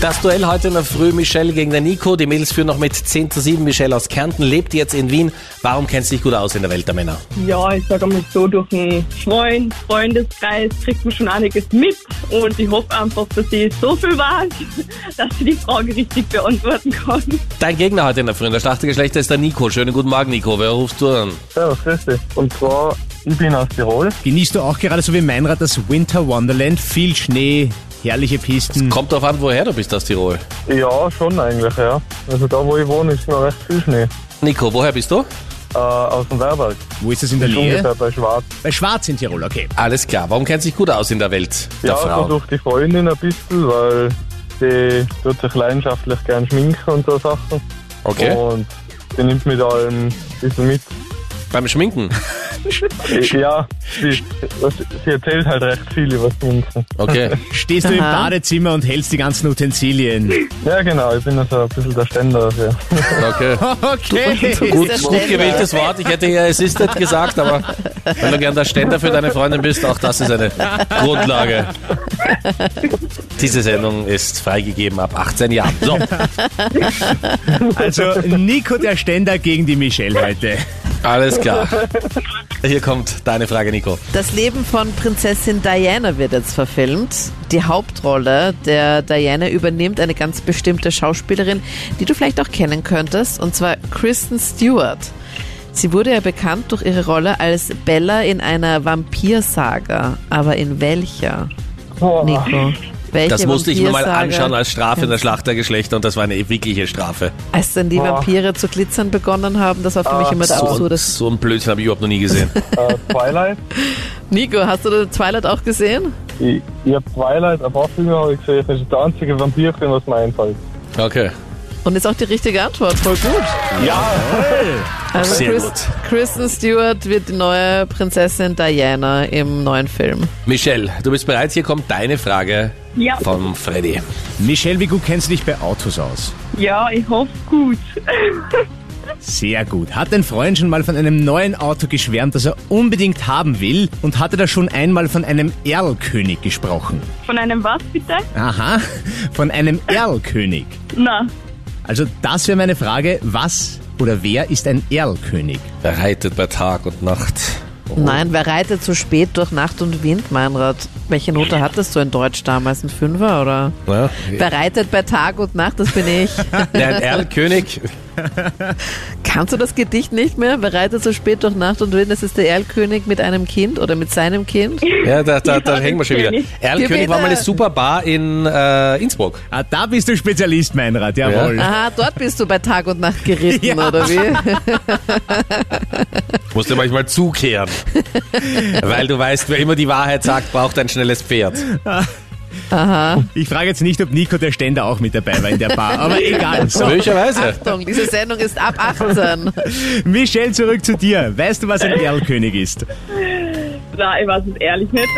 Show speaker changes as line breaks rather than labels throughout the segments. Das Duell heute in der Früh, Michelle gegen den Nico. Die Mädels führen noch mit 10 zu 7. Michelle aus Kärnten lebt jetzt in Wien. Warum kennst du dich gut aus in der Welt der Männer?
Ja, ich sage mal so, durch einen Freund, Freundeskreis kriegt man schon einiges mit und ich hoffe einfach, dass ich so viel weiß, dass ich die Frage richtig beantworten kann.
Dein Gegner heute in der Früh in der Schlacht der Geschlechter ist der Nico. Schönen guten Morgen, Nico. Wer rufst du an?
Servus, grüß dich. Und zwar, ich bin aus Tirol.
Genießt du auch gerade so wie Meinrad das Winter Wonderland? Viel Schnee, herrliche Pisten.
Kommt drauf an, woher du bist aus Tirol.
Ja, schon eigentlich, ja. Also da, wo ich wohne, ist noch recht viel Schnee.
Nico, woher bist du?
Äh, aus dem Wehrberg.
Wo ist das in der
Ist
Nähe?
Ungefähr bei Schwarz.
Bei Schwarz in Tirol, okay.
Alles klar. Warum kennst du dich gut aus in der Welt der
Ja, also- so
Frauen?
durch die Freundin ein bisschen, weil die tut sich leidenschaftlich gern schminken und so Sachen.
Okay.
Und die nimmt mit allem ein bisschen mit.
Beim Schminken.
Ja, sie, was- sie erzählt halt recht viel über Schminken.
Okay.
Stehst du im Badezimmer und hältst die ganzen Utensilien.
Ja, genau, ich bin also ein bisschen der Ständer dafür.
Okay.
Okay.
Gut, gut
der Ständer.
gewähltes Wort. Ich hätte ja Assistant gesagt, aber wenn du gern der Ständer für deine Freundin bist, auch das ist eine Grundlage. Diese Sendung ist freigegeben ab 18 Jahren. So,
Also Nico der Ständer gegen die Michelle heute.
alles klar. Hier kommt deine Frage, Nico.
Das Leben von Prinzessin Diana wird jetzt verfilmt. Die Hauptrolle der Diana übernimmt eine ganz bestimmte Schauspielerin, die du vielleicht auch kennen könntest, und zwar Kristen Stewart. Sie wurde ja bekannt durch ihre Rolle als Bella in einer Vampirsaga. Aber in welcher,
Boah,
Nico? Welche
Das musste ich mir mal
Vampirsaga?
anschauen als Strafe in der Schlacht der Geschlechter und das war eine wirkliche Strafe.
Als dann die
Boah.
Vampire zu glitzern begonnen haben, das war für mich immer der
So,
absurde.
so ein Blödsinn habe ich überhaupt noch nie gesehen.
äh, Twilight.
Nico, hast du Twilight auch gesehen?
Ich, ich hab Twilight, ein paar Filme habe ich gesehen. Das ist der einzige Vampirfilm, was mir einfällt.
Okay.
Und ist auch die richtige Antwort. Voll gut. Also
Sehr
Chris,
gut.
Kristen Stewart wird die neue Prinzessin Diana im neuen Film.
Michelle, du bist bereit? Hier kommt deine Frage
Ja,
vom Freddy.
Michelle, wie gut kennst du dich bei Autos aus?
ja, ich hoffe gut.
Sehr gut. Hat dein Freund schon mal von einem neuen Auto geschwärmt, das er unbedingt haben will? Und hatte da schon einmal von einem Erlkönig gesprochen?
Von einem was bitte?
Aha, von einem Erlkönig.
Na,
Also das wäre meine Frage, was oder wer ist ein Erlkönig?
Wer reitet bei Tag und Nacht? Oh.
Nein, wer reitet zu spät durch Nacht und Wind, Meinrad? Welche Note hattest du in Deutsch damals? Ein Fünfer oder?
Ja.
Wer reitet bei Tag und Nacht? Das bin ich.
Nein, Erlkönig?
Kannst du das Gedicht nicht mehr? Wer reitet zu spät durch Nacht und Wind? Das ist der Erlkönig mit einem Kind oder mit seinem Kind.
Ja, da, da, da
Ja,
hängen wir schon
das
wieder.
kenn ich.
Erlkönig
Gewinner.
war mal eine super Bar in äh, Innsbruck.
Ah, da bist du Spezialist, Meinrad, jawohl.
Aha, dort bist du bei Tag und Nacht geritten,
Ja.
oder wie?
Musste manchmal zukehren. weil du weißt, wer immer die Wahrheit sagt, braucht ein schnelles Pferd.
Ich frage jetzt nicht, ob Nico der Ständer auch mit dabei war in der Bar, aber egal. So, Ah,
Möglicherweise.
Achtung, diese Sendung ist ab 18.
Michelle, zurück zu dir. Weißt du, was ein Erlkönig ist?
na, ich weiß es ehrlich nicht.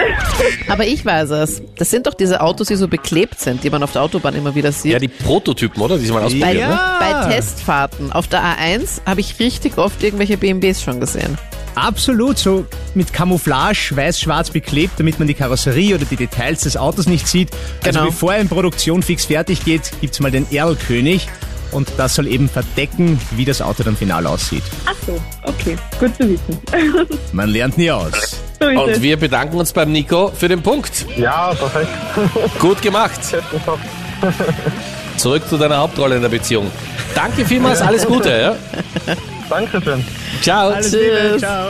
Aber ich weiß es. Das sind doch diese Autos, die so beklebt sind, die man auf der Autobahn immer wieder sieht.
Ja, die Prototypen, oder? Die sind mal
bei,
ausprobiert. Ne?
Ja.
bei Testfahrten auf der A1 habe ich richtig oft irgendwelche BMWs schon gesehen.
Absolut, so mit Camouflage, weiß-schwarz beklebt, damit man die Karosserie oder die Details des Autos nicht sieht. Also
Genau.
bevor er in Produktion fix fertig geht, gibt's mal den Erlkönig. Und das soll eben verdecken, wie das Auto dann final aussieht.
Ach so, okay, gut zu wissen.
Man lernt nie aus.
So ist es.
Und wir bedanken uns beim Nico für den Punkt.
Ja, perfekt.
Gut gemacht.
Hätte ich auch
Zurück zu deiner Hauptrolle in der Beziehung. Danke vielmals, alles Gute. Ja?
Dankeschön.
Ciao.
Alles Liebe, ciao.